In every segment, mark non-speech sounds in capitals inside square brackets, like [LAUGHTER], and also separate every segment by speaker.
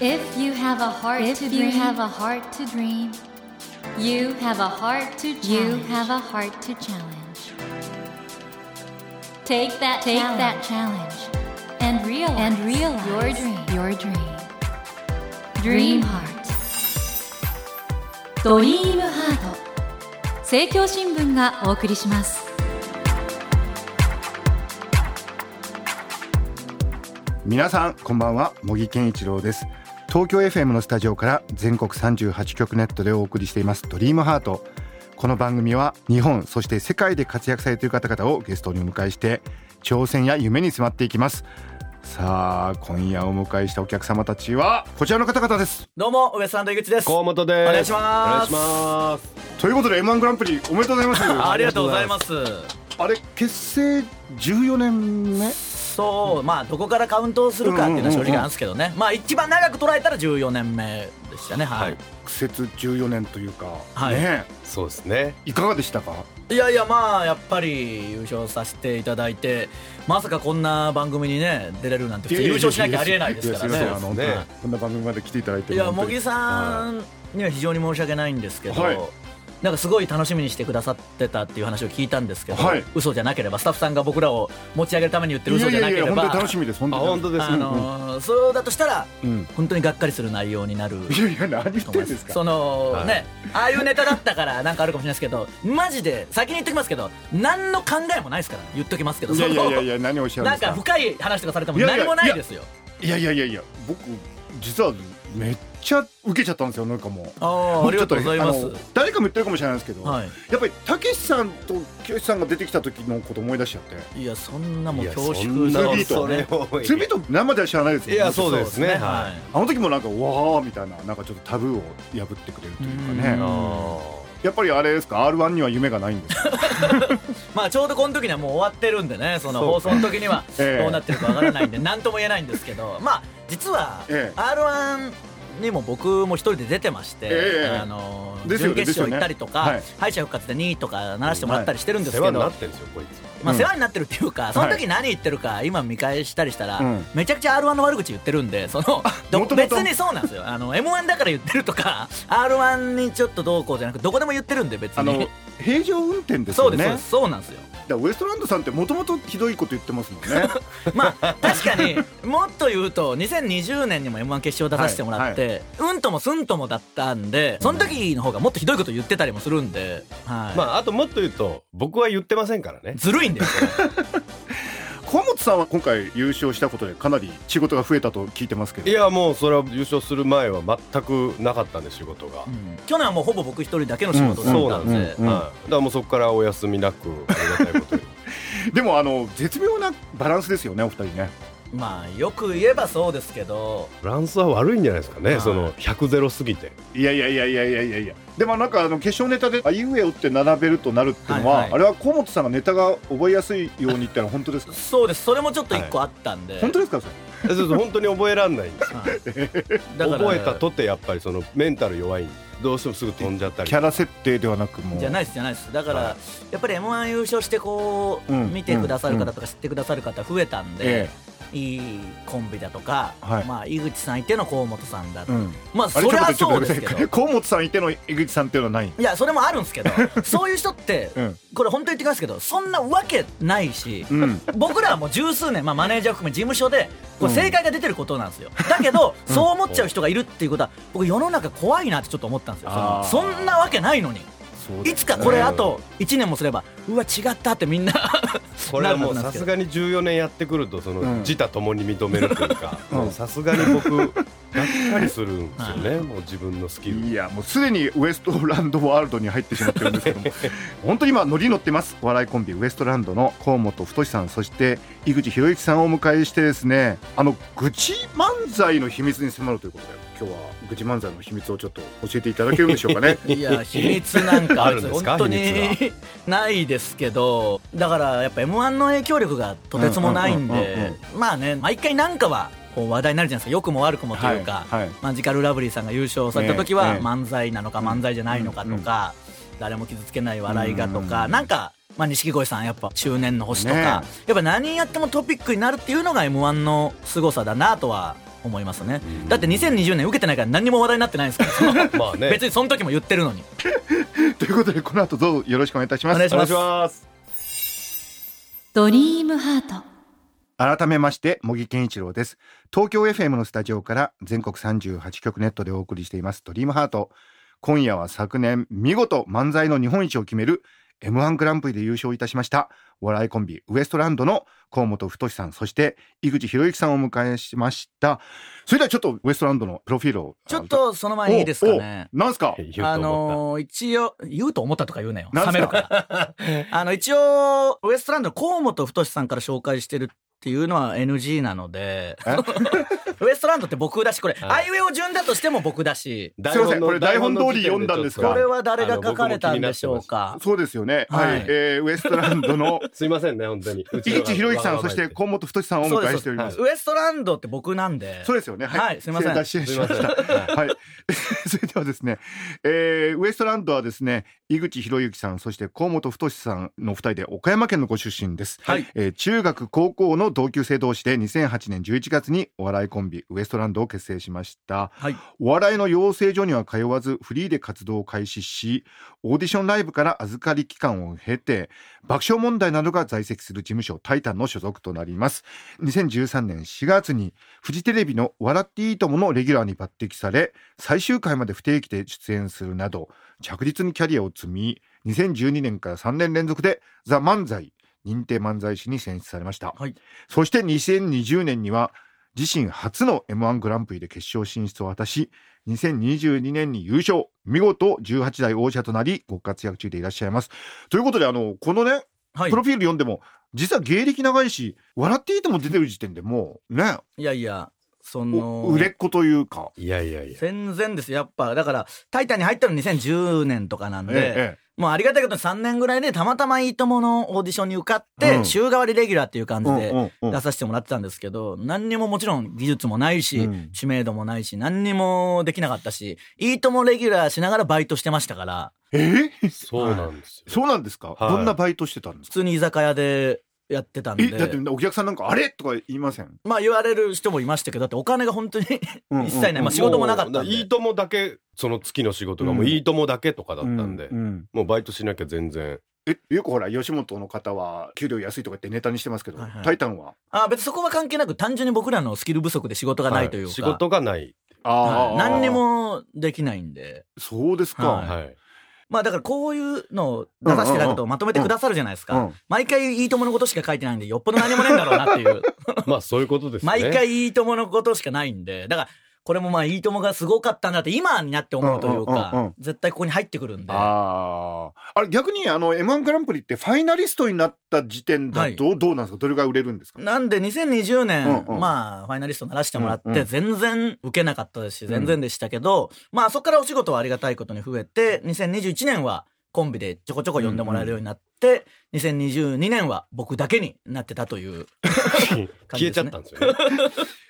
Speaker 1: If you have a heart
Speaker 2: If
Speaker 1: to
Speaker 2: you
Speaker 1: dream,
Speaker 2: have
Speaker 1: a heart to dream, you have a heart to you
Speaker 2: challenge.
Speaker 1: have a heart to challenge. Take that
Speaker 2: Take
Speaker 1: challenge.
Speaker 2: that
Speaker 1: challenge and realize
Speaker 2: and realize
Speaker 1: your dream
Speaker 2: your dream.
Speaker 1: dream heart ドリームハート政教新聞がお送りします。
Speaker 3: 皆さんこんばんは茂木健一郎です東京 FM のスタジオから全国38局ネットでお送りしていますドリームハートこの番組は日本そして世界で活躍されている方々をゲストにお迎えして挑戦や夢に迫っていきますさあ今夜お迎えしたお客様たちはこちらの方々です
Speaker 4: どうも、ウエストランド井口です。
Speaker 5: 河本です。
Speaker 4: お願いします
Speaker 5: お願いします。
Speaker 3: ということで M1 グランプリおめでとうございます
Speaker 4: あ
Speaker 3: あ
Speaker 4: りがとうございます。
Speaker 3: れ結成14年目
Speaker 4: そう、まあ、どこからカウントをするかっていうのは正直なんですけどね。まあ、一番長く捉えたら14年目でしたね。は
Speaker 5: はいい。
Speaker 3: 苦節14年というか、
Speaker 4: はい
Speaker 3: ね
Speaker 5: そうですね。
Speaker 3: えいかがでしたか
Speaker 4: いやいや、まあ、やっぱり優勝させていただいて、まさかこんな番組にね、出れるなんて普通優勝しなきゃありえないですから
Speaker 3: いやいやいや
Speaker 4: ね。
Speaker 3: すいませんあのこんな番組まで来ていただいて
Speaker 4: いや、
Speaker 3: 本
Speaker 4: 茂
Speaker 3: 当に
Speaker 4: 木さんには非常に申し訳ないんですけど
Speaker 3: はい、
Speaker 4: なんかすごい楽しみにしてくださってたっていう話を聞いたんですけど
Speaker 3: はい、
Speaker 4: 嘘じゃなければ、スタッフさんが僕らを持ち上げるために言ってる
Speaker 3: いや
Speaker 4: 嘘
Speaker 3: い
Speaker 4: じ
Speaker 3: や
Speaker 4: ゃないけ
Speaker 3: や
Speaker 4: れ
Speaker 3: 本当に
Speaker 4: ば、
Speaker 3: 楽しみです本
Speaker 5: あ、
Speaker 3: 当に
Speaker 5: 本当です。
Speaker 4: あのーそうだとしたら
Speaker 3: うん
Speaker 4: 本当にがっかりする内容になる
Speaker 3: いやいや何言ってんですか
Speaker 4: その、
Speaker 5: はい
Speaker 4: ねああいうネタだったからなんかあるかもしれないですけどマジで先に言っときますけど何の考えもないですから言っときますけど
Speaker 3: いやいやいや
Speaker 4: そ
Speaker 3: いや何をおっしゃ
Speaker 4: の
Speaker 3: るん
Speaker 4: な
Speaker 3: で
Speaker 4: ん
Speaker 3: すか
Speaker 4: か深い話とかされても
Speaker 3: いやいや
Speaker 4: 何もないですよ
Speaker 3: いやいやいやいや僕実はめっちゃ受けちゃったんですよなんかもう
Speaker 4: あーありがとうございます
Speaker 3: ちょっとあの誰かも言ってるかもしれないですけど、
Speaker 4: はい
Speaker 3: やっぱりたけしさんときよしさんが出てきた時のこと思い出しちゃって
Speaker 4: いやそんないもう
Speaker 5: や
Speaker 4: 恐
Speaker 5: そ
Speaker 4: 縮
Speaker 5: んな
Speaker 3: の
Speaker 4: です
Speaker 5: そ
Speaker 4: よ
Speaker 5: れ
Speaker 4: ね
Speaker 5: を
Speaker 3: ゼミと生では知らないです
Speaker 5: い
Speaker 3: よ
Speaker 5: やそうですね。
Speaker 4: は
Speaker 5: はいい。
Speaker 3: あの時もなんかうわーみたいななんかちょっとタブーを破ってくれるというかね
Speaker 4: うん
Speaker 5: あ
Speaker 3: やっぱりあれですか R1 には夢がないんですか
Speaker 4: まあちょうどこの時にはもう終わってるんでねその
Speaker 5: そう
Speaker 4: 放送の時には
Speaker 3: ええ
Speaker 4: どうなってるかわからないんで何とも言えないんですけどまあ実は
Speaker 3: え
Speaker 4: r 1にも僕も一人で出てまして、
Speaker 3: ええ
Speaker 4: あのー
Speaker 3: ですよ
Speaker 4: 準
Speaker 3: ね
Speaker 4: 決勝行ったりとか、
Speaker 3: ですよね
Speaker 4: 敗者復活で2位とかならしてもらったりしてるん
Speaker 5: ー
Speaker 4: です
Speaker 5: 世
Speaker 4: け
Speaker 5: 話に
Speaker 4: ど、
Speaker 5: なってるんですよこい
Speaker 4: まあ、
Speaker 3: うん
Speaker 4: 世話になってるっていうか、その時何言ってるか今見返したりしたら、
Speaker 3: うん
Speaker 4: めちゃくちゃ r 1の悪口言ってるんでそのど
Speaker 3: 元々
Speaker 4: 別にそうなんですよあの m 1だから言ってるとか r 1にちょっとどうこうじゃなくどこでも言ってるんで別に
Speaker 3: あの平常運転です
Speaker 4: そ
Speaker 3: よ
Speaker 4: うですそうで
Speaker 3: ね
Speaker 4: すそうなんですよ
Speaker 3: だからウエストランドさんってもともとひどいこと言って
Speaker 4: [LAUGHS]
Speaker 3: ますもんね
Speaker 4: まあ確かにもっと言うと2020年にも m 1決勝出させてもらって、うんともすんともだったんでその時の方がもっとひどいこと言ってたりもするんで、は
Speaker 5: つ。
Speaker 4: い
Speaker 5: まああともっと言うと僕は言ってませんからね。
Speaker 4: ずるいんですよ
Speaker 3: 河本さんは今回優勝したことでかなり仕事が増えたと聞いてますけど
Speaker 5: いやもうそれは優勝する前は全くなかったんで仕事が。
Speaker 4: 去年はもうほぼ僕一人だけの仕事だ
Speaker 5: そう
Speaker 4: っ
Speaker 5: な
Speaker 4: たん
Speaker 5: ん
Speaker 4: で、
Speaker 5: です
Speaker 3: うん
Speaker 5: ね。はい。だからもうそこからお休みなくありがたいことに。 [LAUGHS]
Speaker 3: でもあの絶妙なバランスですよねお二人ね
Speaker 4: まあよく言えばそうですけど
Speaker 5: バランスは悪いんじゃないですか
Speaker 4: は
Speaker 5: ね。
Speaker 4: い
Speaker 5: その100ゼロ過ぎて。
Speaker 3: いやいやいやいやいやいやいやでもなんかあの決勝ネタで「あいうえお」って並べるとなるっていうのは、
Speaker 4: はいはい
Speaker 3: あれは河本さんがネタが覚えやすいようにってのは本当ですか
Speaker 4: [LAUGHS] そうですそれもちょっと一個あったんで、
Speaker 3: 本当ですかそ
Speaker 5: えそうそう本当に覚えらんないんですよ。 [LAUGHS]
Speaker 4: はい [LAUGHS] だから
Speaker 5: 覚えたとてやっぱりそのメンタル弱いんでどうしてもすぐ飛んじゃった
Speaker 3: れ
Speaker 5: り
Speaker 3: キャラ設定ではなくもう
Speaker 4: じゃないですじゃないですだから、
Speaker 5: は
Speaker 4: やっぱり m 1優勝してこう、
Speaker 3: うん
Speaker 4: 見てくださる方とか知ってくださる方増えたんで、
Speaker 3: え
Speaker 4: いいコンビだとか、
Speaker 3: はい
Speaker 4: まあ、井口さんいての河本さんだ
Speaker 3: え、
Speaker 4: と、
Speaker 3: うん、
Speaker 4: まあ
Speaker 3: あ
Speaker 4: そ
Speaker 3: れ
Speaker 4: れは
Speaker 3: ちょっ
Speaker 4: そ
Speaker 3: と
Speaker 4: うで
Speaker 3: 待って
Speaker 4: す
Speaker 3: くださ
Speaker 4: けど
Speaker 3: い河本さんいての井口さんっていうのはない
Speaker 4: いやそれもあるんですけど [LAUGHS] そういう人って、
Speaker 3: うん
Speaker 4: これ本当に言ってきますけどそんなわけないし、 [LAUGHS]
Speaker 3: うん
Speaker 4: 僕らはもう十数年、まあ、マネージャー含め事務所でこう
Speaker 3: うん
Speaker 4: 正解が出てることなんですよ、だけど、そう思っちゃう人がいるっていうことは僕世の中怖いなってちょっと思ったんですよ
Speaker 3: あー
Speaker 4: そのそんなわけないのに
Speaker 3: そう
Speaker 4: いつかこれあと1年もすればうわ違ったってみんな
Speaker 5: これはもう
Speaker 4: なるんで
Speaker 5: さ
Speaker 4: すすけど
Speaker 5: がに14年やってくるとその
Speaker 3: うん
Speaker 5: 自他ともに認めるというか
Speaker 3: うん
Speaker 5: もうさすがに僕がっかりするんですよねもう自分のスキル
Speaker 3: いやもうすでにウエストランドワールドに入ってしまってるんです [LAUGHS] けども本当に今ノリに乗ってますお笑いコンビウエストランドの河本太さんそして井口博之さんをお迎えしてですねあの愚痴漫才の秘密に迫るということで今日は愚痴漫才の秘密をちょっと教えていただけるんでしょう [LAUGHS] かね
Speaker 4: いや秘密なんか
Speaker 5: あるんですか
Speaker 4: 本当に
Speaker 5: 秘
Speaker 4: ないですけどだからやっぱ m 1の影響力がとてつもないん
Speaker 3: うんうんうん
Speaker 4: でまあね毎回なんかはこう話題になるじゃないですか良くも悪くもというか、
Speaker 3: はいはい
Speaker 4: マジカルラブリーさんが優勝された時は
Speaker 3: ええ
Speaker 4: 漫才なのか漫才じゃないのかとか、誰も傷つけない笑いがとか、
Speaker 3: うん
Speaker 4: なんか。まあ、錦鯉さんやっぱ中年の星とか、
Speaker 3: ね
Speaker 4: やっぱ何やってもトピックになるっていうのが m 1の凄さだなとは思いますねだって2020年受けてないから何にも話題になってないんですから
Speaker 5: まあね
Speaker 4: 別にその時も言ってるのに
Speaker 3: ということでこの後どうぞよろしくお願いいたします
Speaker 4: お願いし
Speaker 5: お願
Speaker 4: ま
Speaker 5: いします
Speaker 1: ドリームハート
Speaker 3: 改めまして茂木健一郎です東京 FM のスタジオから全国38局ネットでお送りしています「ドリームハート今夜は昨年見事漫才の日本一を決める m 1グランプリで優勝いたしましたお笑いコンビウエストランドの河本太さんそして井口博之さんをお迎えしましたそれではちょっとウエストランドのプロフィールを
Speaker 4: ちょっとその前にいいですかね
Speaker 3: おおなんすか
Speaker 5: 言うと思った
Speaker 4: あのー一応言うと思ったとか言うなよ
Speaker 3: なん
Speaker 4: 冷
Speaker 3: すか
Speaker 4: めるから
Speaker 3: [LAUGHS]
Speaker 4: あの一応ウエストランドの河本太さんから紹介してるっていうのは NG な
Speaker 3: [LAUGHS]
Speaker 4: のでウエストランドって僕だしこれ、
Speaker 5: は
Speaker 4: あ
Speaker 5: い
Speaker 4: いうえお順だとしても僕だし
Speaker 5: 台
Speaker 3: すいませんこれ台本通り読んだんですか
Speaker 4: これは誰が書かれたんでしょうか
Speaker 3: そうですよねはい、
Speaker 4: はい
Speaker 3: えーウエストランドの
Speaker 5: すいませんね本当に井
Speaker 3: 井口博之さんそして河本太さんをお
Speaker 4: そう
Speaker 3: 迎
Speaker 4: で
Speaker 3: え
Speaker 4: す
Speaker 3: しております
Speaker 4: ウエストランドって僕なんで
Speaker 3: そうですよね。
Speaker 4: はいすいません
Speaker 3: 失礼いたしまし
Speaker 5: すい
Speaker 3: た
Speaker 5: ませんはい
Speaker 3: はい、 [LAUGHS] それではですね、えーウエストランドはですね井口博之さんそして河本太さんの2人で岡山県のご出身です、
Speaker 4: はい
Speaker 3: えー中学高校の同級生同士で2008年11月にお笑いコンビウエストランドを結成しました
Speaker 4: はい
Speaker 3: お笑いの養成所には通わずフリーで活動を開始しオーディションライブから預かり期間を経て爆笑問題などが在籍する事務所タイタンの所属となります2013年4月にフジテレビの「笑っていいとも!」のレギュラーに抜擢され最終回まで不定期で出演するなど着実にキャリアを積み2012年から3年連続で「ザ・漫才」認定漫才師に選出されました、
Speaker 4: はい
Speaker 3: そして2020年には自身初の m 1グランプリで決勝進出を果たし2022年に優勝見事18代王者となりご活躍中でいらっしゃいますということであのこのね
Speaker 4: はい
Speaker 3: プロフィール読んでも、実は芸歴長いし「笑っていいとも」出てる時点でもうね
Speaker 4: いやいやその
Speaker 3: お売れっ子というか。
Speaker 5: いやいやいや
Speaker 4: 戦前ですやっぱだから「タイタン」に入ったの2010年とかなんで、
Speaker 3: え
Speaker 4: もうありがたいことに3年ぐらいでたまたま「いいとも!」のオーディションに受かって、
Speaker 3: うん
Speaker 4: 週替わりレギュラーっていう感
Speaker 3: え
Speaker 4: じ
Speaker 3: う
Speaker 4: で
Speaker 3: んうんうん
Speaker 4: 出させてもらってたんですけど、何にももちろん技術もないし、
Speaker 3: うん
Speaker 4: 知名度もないし何にもできなかったし「いいとも!」レギュラーしながらバイトしてましたから
Speaker 3: ええ
Speaker 5: そうなんですよ
Speaker 3: そうなんですか、
Speaker 5: はい
Speaker 3: どんなバイトしてたんです
Speaker 4: 普
Speaker 3: か
Speaker 4: 通に居酒屋でやってたん
Speaker 3: え
Speaker 4: で
Speaker 3: だってお客さんなんか「あれ?」とか言いません、
Speaker 4: まあ言われる人もいましたけどだってお金が本当に [LAUGHS]
Speaker 3: うんうん
Speaker 4: 一切ない、まあ、仕事もなかったん
Speaker 5: もう
Speaker 4: で。
Speaker 5: いいともだけその月の仕事がもういいともだけとかだったんで、
Speaker 3: ううん
Speaker 5: もうバイトしなきゃ全然
Speaker 3: えよくほら吉本の方は給料安いとかってネタにしてますけど、
Speaker 4: はいはい
Speaker 3: タイタンは
Speaker 4: あ別にそこは関係なく単純に僕らのスキル不足で仕事がないというか、
Speaker 5: は仕事がない
Speaker 4: はい何に
Speaker 3: あー
Speaker 4: もできないんで
Speaker 3: そうですか、
Speaker 4: は
Speaker 5: はい
Speaker 4: まあだからこういうのを出させていただくとまとめてくださるじゃないですか、
Speaker 3: うん
Speaker 4: 毎回いいとものことしか書いてないんでよっぽど何もねえんだろうな
Speaker 3: [LAUGHS]
Speaker 4: っていう
Speaker 5: まあそういうことですね
Speaker 4: 毎
Speaker 5: [LAUGHS]
Speaker 4: 回いいとものことしかないんでだからこれもまあいいともがすごかったんだって今になって思うというか、
Speaker 3: うんうんうんうん
Speaker 4: 絶対ここに入ってくるんで
Speaker 3: あああれ逆にあの m 1グランプリってファイナリストになった時点だと、どうなんですかどれが売れるんですか
Speaker 4: なんで2020年、
Speaker 3: うんうん
Speaker 4: まあファイナリストならしてもらって、
Speaker 3: うんうん
Speaker 4: 全然受けなかったですし全然でしたけど、まあそこからお仕事はありがたいことに増えて2021年はコンビでちょこちょこ呼んでもらえるようになって、2022年は僕だけになってたという
Speaker 5: 消えちゃったんですよね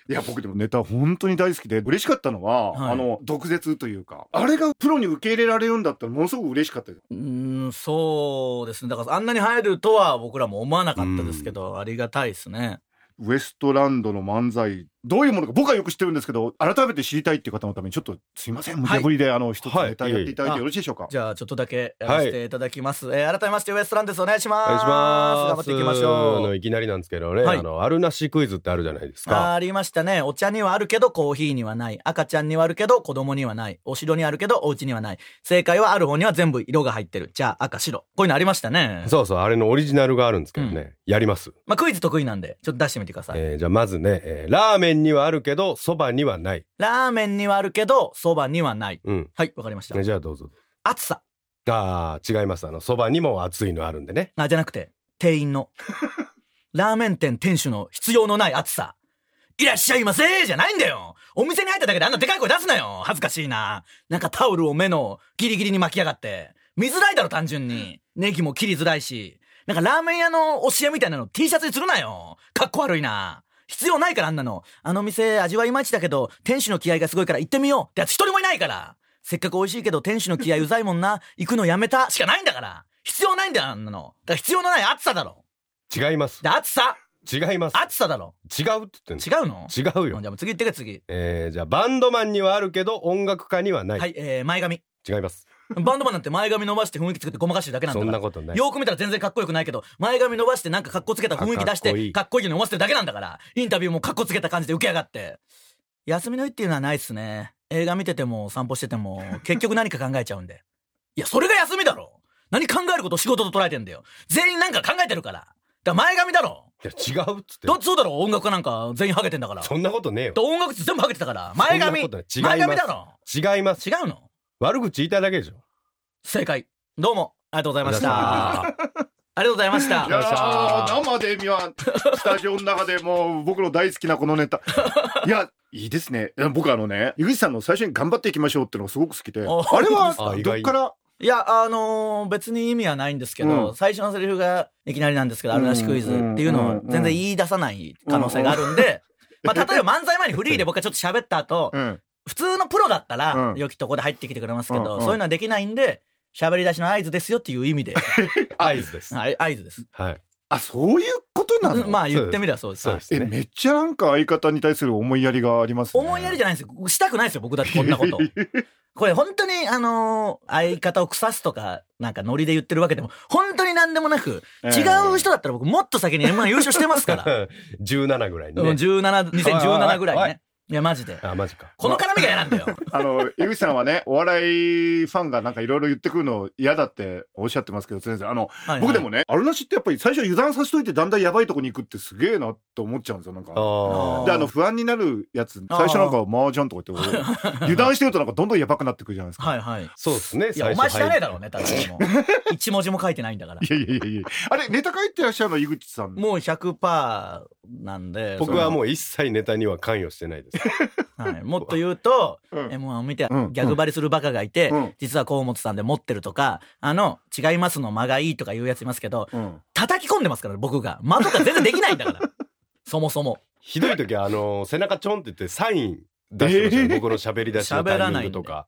Speaker 3: いや僕でもネタ本当に大好きで嬉しかったのは、
Speaker 4: はい
Speaker 3: あの毒舌というかあれがプロに受け入れられるんだったらものすごく嬉しかったです
Speaker 4: うーんそうですねだからあんなに入るとは僕らも思わなかったですけど、ありがたいですね
Speaker 3: ウエストランドの漫才どういうものか僕はよく知ってるんですけど改めて知りたいっていう方のためにちょっとすいません無茶ぶりで、あの一つ
Speaker 5: はい
Speaker 3: ネタやっていただいてよろしいでしょうか、
Speaker 4: じゃあちょっとだけやらせていただきます、えー改めましてウエストランドですお願いします
Speaker 5: お願いします
Speaker 4: 頑張っていきましょう
Speaker 5: あのいきなりなんですけどね、
Speaker 4: はい
Speaker 5: あのあるなしクイズってあるじゃないです
Speaker 4: あ
Speaker 5: か
Speaker 4: りましたね。お茶にはあるけどコーヒーにはない。赤ちゃんにはあるけど子供にはない。お城にあるけどお家にはない。正解はある方には全部色が入ってる。茶、赤、白。こういうのありましたね。
Speaker 5: そうそうあれのオリジナルがあるんですけどね、
Speaker 4: う
Speaker 5: やります、
Speaker 4: まあクイズ得意なんで、ちょっと出してみてください。
Speaker 5: えーじゃあまずね、えーラーメンにはあるけどそばにはない
Speaker 4: ラーメンにはあるけど、そばにはない。
Speaker 5: うん
Speaker 4: はい、わかりました
Speaker 5: ね。じゃあどうぞ
Speaker 4: 暑さ。
Speaker 5: あー違いますあのそばにも熱いのあるんでね
Speaker 4: あ、じゃなくて、店員の。ラーメン店店主の必要のない暑さ。いらっしゃいませじゃないんだよお店に入っただけであんなでかい声出すなよ恥ずかしいな。なんかタオルを目のギリギリに巻きやがって。見づらいだろ単純に。ネギも切りづらいし。なんかラーメン屋の教えみたいなの T シャツにするなよかっこ悪いな。必要ないからあんなの。あの店味はいまいちだけど、店主の気合がすごいから行ってみようってやつ一人もいないから。せっかく美味しいけど店主の気合うざいもん
Speaker 5: [LAUGHS]
Speaker 4: な。行くのやめたしかないんだから。必要ないんだよあんなの。だから必要のない暑さだろ。
Speaker 5: 違います
Speaker 4: で、暑さ
Speaker 5: 違います
Speaker 4: 暑さだろ
Speaker 5: 違うって言ってん
Speaker 4: 違うの
Speaker 5: の違う
Speaker 4: うん
Speaker 5: よ
Speaker 4: じゃあもう次行ってけ次
Speaker 5: えー、じゃあバンドマンにはあるけど音楽家にはない、
Speaker 4: はいえー前髪
Speaker 5: 違います
Speaker 4: バンドマンなんて前髪伸ばして雰囲気作ってごまかしてるだけなんだ
Speaker 5: そ
Speaker 4: か
Speaker 5: ん
Speaker 4: ら
Speaker 5: なことない
Speaker 4: よく見たら全然かっこよくないけど前髪伸ばしてなんかかっこつけた雰囲気出し
Speaker 5: あかっこい
Speaker 4: て
Speaker 5: い
Speaker 4: かっこいいように思わせてるだけなんだからインタビューもかっこつけた感じで受けやがって休みの日っていうのはないっすね映画見てても散歩してて
Speaker 5: [LAUGHS]
Speaker 4: も結局何か考えちゃうんでいやそれが休みだろ何考えることを仕事と捉えてんだよ全員なんか考えてるからだから前髪だろ
Speaker 5: いや違うっつって
Speaker 4: どっちそうだろ音楽家なんか全員ハゲてんだから
Speaker 5: そんなことねえよ
Speaker 4: 音楽室全部ハゲてたから前髪
Speaker 5: そんなことな
Speaker 4: 前
Speaker 5: い違います
Speaker 4: 髪だろ
Speaker 5: 違います
Speaker 4: 違うの
Speaker 5: 悪口言いたいだけでしょ
Speaker 4: 正解どうもありがとうございました
Speaker 5: あ
Speaker 4: ありがとうございました
Speaker 3: いやー生で見はスタジオの中でもう僕の大好きなこのネタいやいいですねいや僕あのね井口さんの最初に頑張っていきましょうっていうのがすごく好きであれ
Speaker 4: お
Speaker 5: あ
Speaker 3: は
Speaker 5: 意
Speaker 3: どっ
Speaker 5: 外
Speaker 3: から
Speaker 4: いやあのー別に意味はないんですけど、
Speaker 3: うん
Speaker 4: 最初のセリフがいきなりなんですけど「あるなしクイズ」っていうのを全然言い出さない可能性があるんで、まあ、例えば漫才前にフリーで僕がちょっと喋った後
Speaker 3: うん
Speaker 4: 普通のプロだったら、
Speaker 3: うん
Speaker 4: 良きとこで入ってきてくれますけど、
Speaker 3: うんうん
Speaker 4: そういうのはできないんで喋り出しの合図ですよっていう意味で
Speaker 5: 合図です
Speaker 4: はい合図です
Speaker 5: はい
Speaker 3: あそういうことなの
Speaker 4: まあ言ってみればそうです
Speaker 5: そうです
Speaker 3: え
Speaker 5: ね
Speaker 3: めっちゃなんか相方に対する思いやりがありますね
Speaker 4: 思いやりじゃないんですよしたくないですよ僕だってこんなことこれ本当にあのー相方を腐すとかなんかノリで言ってるわけでも本当に何でもなく違う人だったら僕もっと先に M1 優勝してますから
Speaker 5: [LAUGHS] 17ぐらいに
Speaker 4: うん
Speaker 5: ね
Speaker 4: 17 2017ぐら
Speaker 5: お
Speaker 4: い
Speaker 5: いおいおい
Speaker 4: ねいやマジで
Speaker 5: あマジか
Speaker 4: この絡みが嫌なんだよ
Speaker 3: あの井口さんは
Speaker 4: [LAUGHS]
Speaker 3: ねお笑いファンがなんかいろいろ言ってくるの嫌だっておっしゃってますけど先生あの
Speaker 4: はい
Speaker 3: 僕でもねあるなしってやっぱり最初油断させといてだんだんやばいとこに行くってすげえなと思っちゃうんですよなんか
Speaker 5: あ
Speaker 3: であの不安になるやつ最初なんか麻雀とか言って
Speaker 4: [LAUGHS]
Speaker 3: 油断してるとなんかどんどんやばくなってくるじゃないですか。
Speaker 4: はいはい
Speaker 5: そうですね
Speaker 4: いや
Speaker 5: 最
Speaker 4: お前
Speaker 5: 初
Speaker 4: 知らねえだろうね多分もう一文字も書いてないんだ
Speaker 3: [LAUGHS]
Speaker 4: から
Speaker 3: いやいやいやいやあれネタ書いてらっしゃるの井口さん。
Speaker 4: もう100%なんで
Speaker 5: 僕はもう一切ネタには関与してない
Speaker 4: [LAUGHS]
Speaker 5: です
Speaker 4: そのはいもっと言うと
Speaker 3: うん
Speaker 4: えもう見て、
Speaker 3: うん
Speaker 4: ギャグ張りするバカがいて、
Speaker 3: うん
Speaker 4: 実は河本さんで持ってるとか、あの、違いますの間がいいとか言うやついますけど、
Speaker 3: うん
Speaker 4: 叩き込んでますから、僕が。間とか全然できないんだから。そもそも。
Speaker 5: ひどい時はあの背中ちょんって言ってサイン出してましたよ
Speaker 3: えー
Speaker 5: 僕の喋り出しのタイミングとか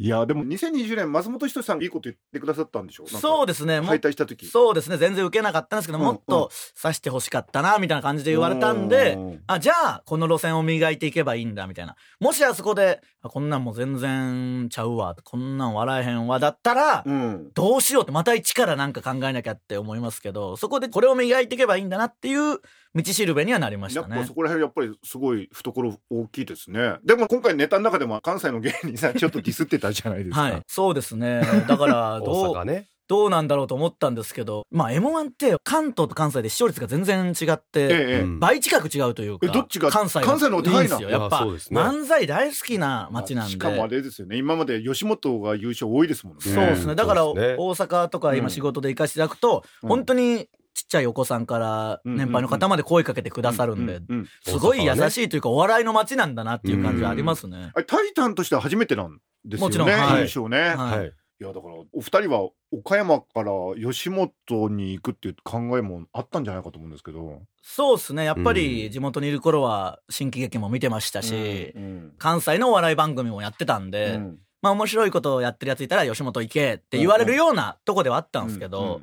Speaker 3: いやでも2020年松本人志さんがいいこと言ってくださったんでしょ
Speaker 4: そう
Speaker 3: で
Speaker 4: ですね。も
Speaker 3: 敗退した時
Speaker 4: そうですね。全然受けなかったんですけど、
Speaker 3: うん
Speaker 4: もっと刺してほしかったな、みたいな感じで言われたんで、
Speaker 3: うん
Speaker 4: あ、じゃあ、この路線を磨いていけばいいんだ、みたいな。もしあそこで、あこんなんもう全然ちゃうわ、こんなん笑えへんわ、だったら、
Speaker 3: うん
Speaker 4: どうしようってまた一からなんか考えなきゃって思いますけどそこでこれを磨いていけばいいんだなっていう道しるべにはなりまし
Speaker 3: や
Speaker 4: た
Speaker 3: っぱ
Speaker 4: ね
Speaker 3: そ。こら辺やっぱりすごい懐大きいですねでも今回ネタの中でも関西の芸人さんちょっとディスってたじゃないですか、
Speaker 4: はい、そうですねだから
Speaker 3: [LAUGHS]
Speaker 4: ど
Speaker 5: 大
Speaker 4: う
Speaker 5: 阪ね
Speaker 4: どうなんだろうと思ったんですけどまあ m 1って関東と関西で視聴率が全然違って、
Speaker 3: ええ
Speaker 5: うん
Speaker 4: 倍近く違うというか
Speaker 3: えどっちが
Speaker 4: 関西
Speaker 3: 関西の方が高いない
Speaker 4: んですよやっ
Speaker 5: いや
Speaker 4: ぱ、
Speaker 5: そうですね
Speaker 4: 漫才大好きな街なんで。
Speaker 3: しかもあれですよね今まで吉本が優勝多いですもんね
Speaker 4: そうですね。だから、
Speaker 5: そ
Speaker 4: 大
Speaker 5: うですね
Speaker 4: 阪とか今仕事で行かせていただくと、
Speaker 3: うん
Speaker 4: 本当にちっちゃいお子さんから
Speaker 3: うん
Speaker 4: 年配の方まで声かけてくださるんで、
Speaker 3: うううん
Speaker 4: すごい優しいというか、お笑いの街なんだなっていう感じはありますね。
Speaker 3: あれタイタンとしては初めてなんですよ
Speaker 4: も
Speaker 3: ね
Speaker 4: ちろんはい
Speaker 3: 優勝ね、
Speaker 4: はい
Speaker 5: はい
Speaker 3: いやだからお二人は岡山から吉本に行くっていう考えもあったんじゃないかと思うんですけど。
Speaker 4: そうですね。やっぱ
Speaker 5: う
Speaker 4: り地元にいる頃は新喜劇も見てましたし、
Speaker 3: うん
Speaker 4: 関西のお笑い番組もやってたんで、
Speaker 3: うん
Speaker 4: まあ面白いことをやってるやついたら吉本行けって言われるようなとこではあったんですけど、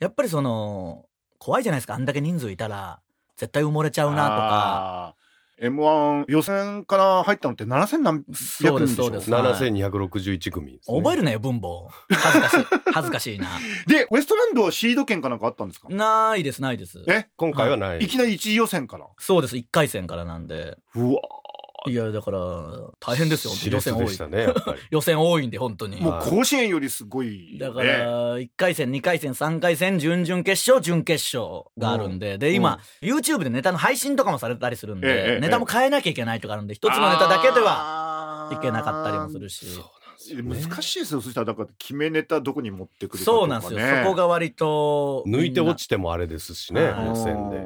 Speaker 4: やっぱりその、怖いじゃないですか。あんだけ人数いたら、絶対埋もれちゃうなと
Speaker 3: あ
Speaker 4: か。
Speaker 3: ー M1 予選から入ったのって7000何百人でしょ
Speaker 4: そうですそうです
Speaker 5: 7261組ですね
Speaker 4: 覚えるね、文房。恥ずかしい。
Speaker 3: [LAUGHS]
Speaker 4: 恥ずかしいな。
Speaker 3: でウエストランドはシード権かなんかあったんですか
Speaker 4: ないです、ないです。
Speaker 3: え
Speaker 5: 今回はない
Speaker 3: いきなり一次予選から
Speaker 4: そうです、1回戦からなんで。
Speaker 3: うわ
Speaker 4: いや、だから、大変ですよ、
Speaker 5: 熾
Speaker 4: 予
Speaker 5: 烈
Speaker 4: 選多
Speaker 5: で
Speaker 4: い
Speaker 5: し。たねやっぱ
Speaker 4: [LAUGHS]
Speaker 5: り
Speaker 4: 予選多いんで、本当に。
Speaker 3: もう甲子園よりすごい、ね、
Speaker 4: だから、1回戦、2回戦、3回戦、準々決勝、準決勝があるんで、で、今、YouTube でネタの配信とかもされたりするん
Speaker 3: えええ
Speaker 4: で
Speaker 3: え、
Speaker 4: ネタも変えなきゃいけないとかあるんで、一
Speaker 3: 一
Speaker 4: つのネタだけでは
Speaker 3: はい
Speaker 4: けなかったりもするし。
Speaker 3: 難しいですよそしたらだから決めネタどこに持ってくるかとか、ね、
Speaker 4: そうなんですよ。そこが割と。
Speaker 5: 抜いて落ちてもあれですしね
Speaker 4: はい
Speaker 5: 予選で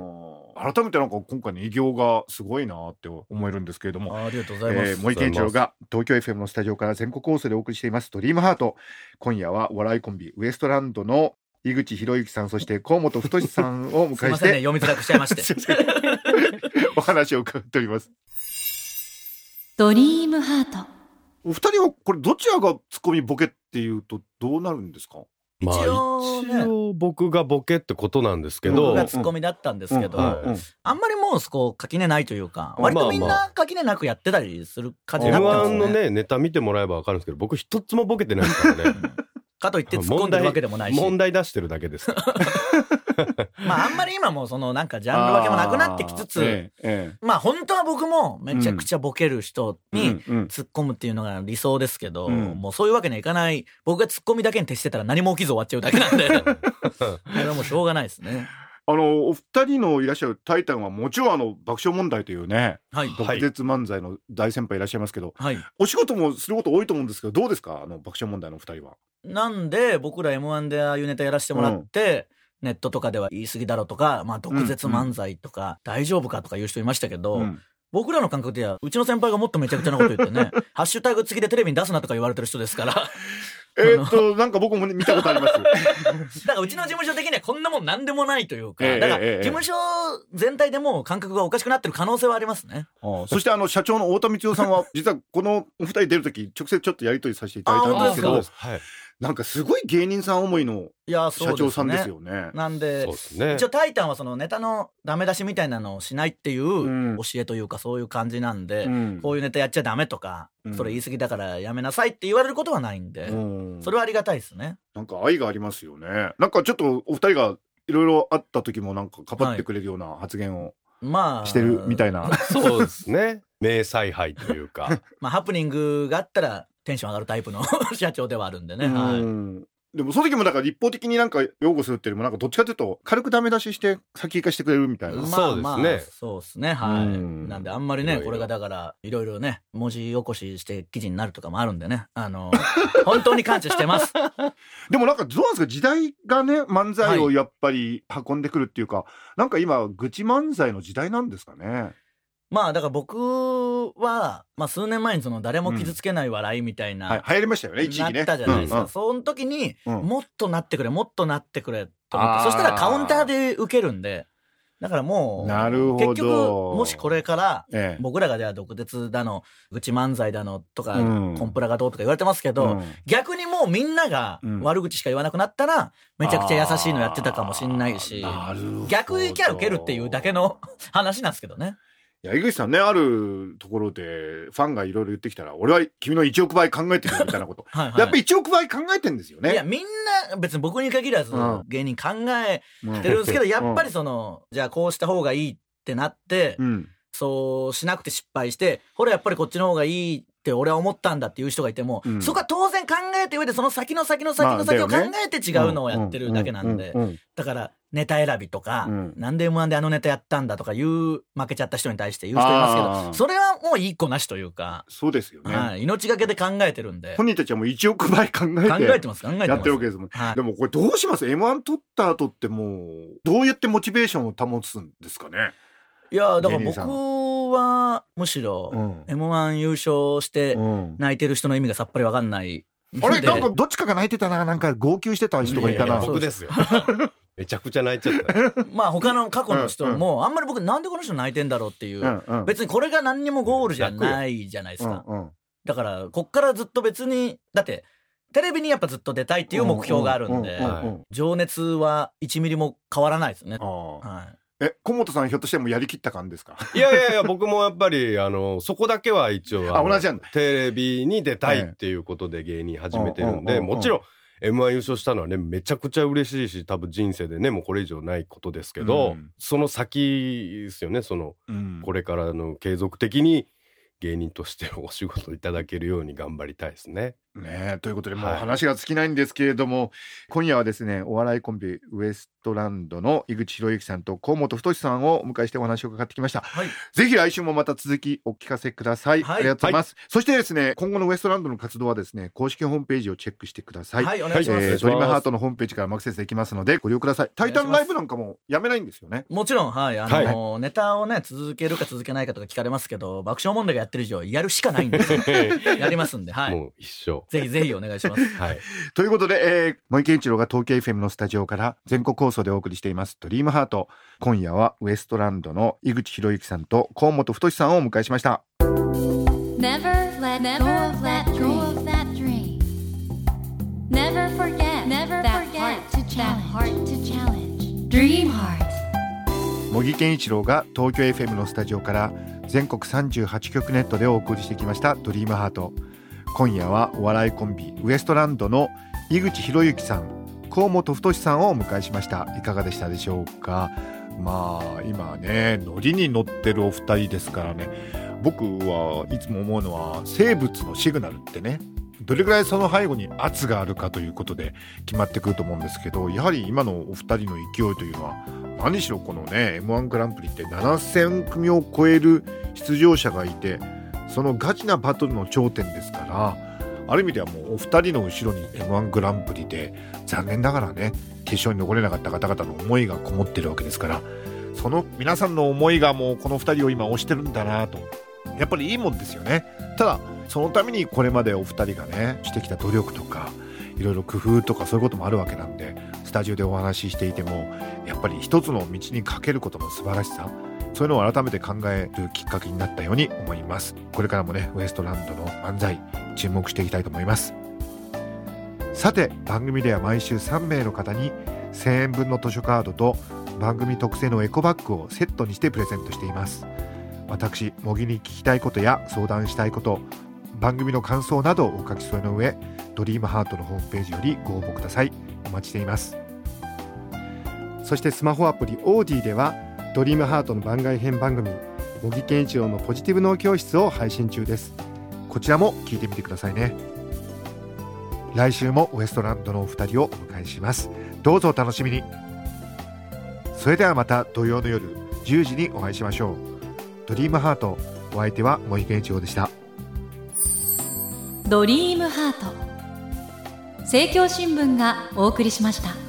Speaker 3: あー改めてなんか今回の偉業がすごいなって思えるんですけれど
Speaker 4: みん
Speaker 3: も。
Speaker 4: な。ありがとうございます。
Speaker 3: えー、森健一郎が東京 FM のスタジオから全国放送でお送りしています「ドリームハート今夜はお笑いコンビウエストランドの井口博之さんそして河本太さんをお
Speaker 4: す
Speaker 3: 迎
Speaker 4: い
Speaker 3: え
Speaker 4: ま
Speaker 3: し
Speaker 4: せんね、
Speaker 3: て
Speaker 4: 読みづらくしちゃいまして。
Speaker 3: お話を伺っております
Speaker 1: ドリームハート
Speaker 3: お二人はこれどちらがツッコミボケっていうとどうなるんですか
Speaker 5: まあ
Speaker 4: 一応ね
Speaker 5: 一応僕がボケってことなんですけ
Speaker 4: 僕
Speaker 5: ど
Speaker 4: がツッコミだったんですけど、
Speaker 5: うんうんうん
Speaker 4: あんまりもうこう垣根ないというか、
Speaker 5: まあ
Speaker 4: 割
Speaker 5: まあ
Speaker 4: とみんな垣根なくやってたりする感じにな
Speaker 5: m
Speaker 4: った
Speaker 5: 1
Speaker 4: んで
Speaker 5: の
Speaker 4: すね。
Speaker 5: ねネタ見てもらえば分かるんですけど僕一つもボケてないですから
Speaker 4: [LAUGHS]
Speaker 5: ね
Speaker 4: かといって突っ込んでるわけでもないし、
Speaker 5: 問題出してるだけ
Speaker 4: [LAUGHS]
Speaker 5: ですから
Speaker 4: まああんまり今もうそのなんかジャンル分けもなくなってきつつ、
Speaker 3: あーええ
Speaker 4: まあ本当は僕もめちゃくちゃボケる人
Speaker 3: ええう
Speaker 4: に
Speaker 3: んうん
Speaker 4: 突っ込むっていうのが理想ですけど、
Speaker 3: うん
Speaker 4: もうそういうわけにはいかない、僕が突っ込みだけに徹してたら何も起きず終わっちゃうだけなん
Speaker 5: [LAUGHS]
Speaker 4: で、それはもうしょうがないですね。
Speaker 3: あのお二人のいらっしゃるタイタンはもちろんあの爆笑問題というね
Speaker 4: はい。
Speaker 5: は
Speaker 3: 毒舌漫才の大先輩いらっしゃいますけど、
Speaker 4: はい。
Speaker 3: お仕事もすること多いと思うんですけどどうですかあの爆笑問題のお二人は。
Speaker 4: なんで僕ら m 1でああいうネタやらせてもらって、ネットとかでは言い過ぎだろとか、まあ、毒舌漫才とか、大丈夫かとか言う人いましたけど、
Speaker 3: うん
Speaker 4: 僕らの感覚では、うちの先輩がもっとめちゃくちゃなこと言っ
Speaker 3: [LAUGHS]
Speaker 4: てね、ハッシュタグ付きでテレビに出すなとか言われてる人ですから、だか
Speaker 3: えーっとなんか僕もね見たことあり
Speaker 4: [LAUGHS]
Speaker 3: ます。
Speaker 4: らうちの事務所的にはこんなもん何でもないというか、
Speaker 3: ええ
Speaker 4: だから
Speaker 3: ええええ
Speaker 4: 事務所全体でもう感覚がおかしくなってる可能性はありますね。
Speaker 3: ああそしてあの社長の太田光代さん
Speaker 4: [LAUGHS]
Speaker 3: は実はこのお二人出る時直接ちょっとやり取りさせていただいたんですけ
Speaker 4: あ
Speaker 3: ど
Speaker 4: 本当
Speaker 5: すはい
Speaker 3: なんかすごい芸人さん思いの
Speaker 4: いや、そ
Speaker 3: 社
Speaker 4: うですね。
Speaker 3: 長さんですよね。
Speaker 4: なん
Speaker 5: そう
Speaker 4: で
Speaker 5: で、すね
Speaker 4: 一応「タイタン」はそのネタのダメ出しみたいなのをしないってい
Speaker 3: うん
Speaker 4: う教えというかそういう感じなんで、
Speaker 3: うん
Speaker 4: こういうネタやっちゃダメとか、
Speaker 3: うん
Speaker 4: それ言い過ぎだからやめなさいって言われることはないんで、
Speaker 3: うん
Speaker 4: それはありがたいですね。
Speaker 3: なんか愛がありますよね。なんかちょっとお二人がいろいろあった時もなんかかばってくれるような発言を
Speaker 4: まあ、
Speaker 3: してるみたいな。
Speaker 5: そうですね名采配というか
Speaker 4: まあ、ハプニングがあったらテンション上がるタイプの [LAUGHS] 社長ではあるんでね。
Speaker 3: う
Speaker 4: はい
Speaker 3: んでもその時もだから一方的になんか擁護するっていうよりもなんかどっちかというと軽くダメ出しして先行かしてくれるみたいな。
Speaker 5: ん
Speaker 3: う
Speaker 5: そうですね
Speaker 4: まあまあそうですね。はい。
Speaker 3: うん
Speaker 4: なんで、あんまりね、
Speaker 5: いろいろ
Speaker 4: これがだから、いろいろね、文字起こしして記事になるとかもあるんでね。あの、 [LAUGHS] 本当に感謝してます。
Speaker 3: でもなんかどうなんですか時代がね漫才をやっぱり運んでくるっていうか、なんか今愚痴漫才の時代なんですかね。
Speaker 4: まあだから僕は、まあ、数年前にその誰も傷つけない笑いみたいな、
Speaker 3: はい、流行りましたよね一時期ね。
Speaker 4: なったじゃないですか、
Speaker 3: うんうん
Speaker 4: その時に、
Speaker 3: うん
Speaker 4: もっとなってくれもっとなってくれと思っ
Speaker 3: あー
Speaker 4: てそしたらカウンターで受けるんでだからもう
Speaker 3: なるほど
Speaker 4: 結局もしこれから
Speaker 3: ええ
Speaker 4: 僕らがじゃあ毒舌だの愚痴漫才だのとか、
Speaker 3: うん
Speaker 4: コンプラがどうとか言われてますけど、
Speaker 3: うん
Speaker 4: 逆にもうみんなが
Speaker 3: うん
Speaker 4: 悪口しか言わなくなったらめちゃくちゃ優しいのやってたかもしんないし
Speaker 3: あーなるほど
Speaker 4: 逆キャラ受けるっていうだけの [LAUGHS] 話なんですけどね。
Speaker 3: いや井口さんねあるところでファンがいろいろ言ってきたら俺は君の1億倍考えてるよみたいなこと、
Speaker 4: [LAUGHS] はいはい、
Speaker 3: やっぱ1億倍考えてんですよね。
Speaker 4: いやみんな別に僕に限らず
Speaker 3: うん
Speaker 4: 芸人考え
Speaker 3: うん
Speaker 4: てるんですけど、やっぱりそのじゃあこうした方がいいってなって、
Speaker 3: うん
Speaker 4: そうしなくて失敗してほらやっぱりこっちの方がいいって俺は思ったんだっていう人がいても、
Speaker 3: うん
Speaker 4: そこは当然考えて上でその先の先の先の先を考
Speaker 3: まあだよね
Speaker 4: えて違うのをやってるだけなんで
Speaker 3: う。う
Speaker 4: だからネタ選びとか、
Speaker 3: うん
Speaker 4: なんで M1 であのネタやったんだとか言う、負けちゃった人に対して言う人いますけ
Speaker 3: あー
Speaker 4: ど、それはもういい子なしというか、
Speaker 3: そうですよね、
Speaker 4: はい、命がけで考えてるんで、考
Speaker 3: 本人たちはもう1億倍考えて
Speaker 4: えてます、考えてます。
Speaker 3: やってるわけですもん、
Speaker 4: はい
Speaker 3: でもこれどうします m 1取った後ってもうどうやってモチベーションを保つんですかね、
Speaker 4: いやだから
Speaker 3: 芸人
Speaker 4: 僕
Speaker 3: さん
Speaker 4: はむしろ
Speaker 3: ん
Speaker 4: m 1優勝して泣いてる人の意味がさっぱりわかんない
Speaker 3: あれ
Speaker 4: で
Speaker 3: なんかどっちかが泣いてたななんか号泣してた [LAUGHS] 人がいた
Speaker 5: や
Speaker 3: な
Speaker 5: や僕ですよめちゃくちゃ泣いちゃった
Speaker 4: まあ他の過去の人もあんまり僕なんでこの人泣いてんだろうっていううん
Speaker 3: うん
Speaker 4: 別にこれが何にもゴールじゃないじゃないですか
Speaker 3: うんうん
Speaker 4: だからこっからずっと別にだってテレビにやっぱずっと出たいっていう目標があるんで
Speaker 3: うううんうん
Speaker 4: 情熱は1ミリも変わらないですね
Speaker 3: あー
Speaker 4: はい
Speaker 3: え小本さんひょっとしてもうやりきった感
Speaker 5: [LAUGHS]
Speaker 3: ですか
Speaker 5: いやいやいや僕もやっぱりあのそこだけは一応
Speaker 3: あ
Speaker 5: の
Speaker 3: 同じなんだ
Speaker 5: テレビに出たいっていうことで芸人始めてるん
Speaker 3: うん
Speaker 5: で
Speaker 3: うんうんうん
Speaker 5: もちろん m 1優勝したのはねめちゃくちゃ嬉しいし多分人生でねもうこれ以上ないことですけど、
Speaker 3: うん
Speaker 5: その先ですよねその
Speaker 3: うん
Speaker 5: これからの継続的に芸人としてお仕事いただけるように頑張りたいですね。
Speaker 3: ねえということでもう
Speaker 5: はい
Speaker 3: 話が尽きないんですけれども、今夜はですねお笑いコンビウエストランドの井口博之さんと河本太さんをお迎えしてお話を伺ってきました、
Speaker 4: はい
Speaker 3: ぜひ来週もまた続きお聞かせください、
Speaker 4: はい
Speaker 3: ありがとうございます、そしてですね今後のウエストランドの活動はですね公式ホームページをチェックしてください、
Speaker 4: はいお願いし
Speaker 3: え
Speaker 4: ま
Speaker 5: はい
Speaker 3: ー
Speaker 4: す
Speaker 3: ドリームハートのホームページからもアクセスできますのでご利用くださいタイタンライブなんかもやめないんですよね
Speaker 4: もちろん、はい、あの、ネタをね、続けるか続けないかとか聞かれますけど、爆笑問題がやってる以上、やるし
Speaker 3: [LAUGHS]
Speaker 4: かないんで、やりますんで、はい。
Speaker 5: もう一生
Speaker 4: ぜひぜひお願いします。
Speaker 5: はい
Speaker 3: ということで、えー、森健一郎が東京 FM のスタジオから全国放送でお送りしています「ドリームハート今夜はウエストランドの井口博之さんと河本太さんをお迎えしました
Speaker 1: Never let go of that dream. Never forget, never forget That heart to challenge. Dream Heart.
Speaker 3: 茂木健一郎が東京 FM のスタジオから全国38局ネットでお送りしてきました「ドリームハート今夜はお笑いコンビウエストランドの井口博之さん河本太さんをお迎えしましたいかがでしたでしょうかまあ今ねノリに乗ってるお二人ですからね僕はいつも思うのは生物のシグナルってねどれぐらいその背後に圧があるかということで決まってくると思うんですけどやはり今のお二人の勢いというのは何しろこのね m 1グランプリって7,000組を超える出場者がいてそのガチなバトルの頂点ですからある意味ではもうお二人の後ろに m 1グランプリで残念ながらね決勝に残れなかった方々の思いがこもってるわけですからその皆さんの思いがもうこの二人を今推してるんだなとやっぱりいいもんですよねただそのためにこれまでお二人がねしてきた努力とかいろいろ工夫とかそういうこともあるわけなんでスタジオでお話ししていてもやっぱり一つの道にかけることの素晴らしさそういうのを改めて考えるきっかけになったように思いますこれからもねウエストランドの漫才注目していきたいと思いますさて番組では毎週3名の方に1000円分の図書カードと番組特製のエコバッグをセットにしてプレゼントしています私茂木に聞きたいことや相談したいこと番組の感想などをお書き添えの上ドリームハートのホームページよりご応募くださいお待ちしていますそしてスマホアプリオーディではドリームハートの番外編番組茂木健一郎のポジティブ脳教室を配信中ですこちらも聞いてみてくださいね来週もウエストランドのお二人をお迎えしますどうぞお楽しみにそれではまた土曜の夜10時にお会いしましょうドリームハートお相手は茂木健一郎でした
Speaker 1: ドリームハート。政教新聞がお送りしました。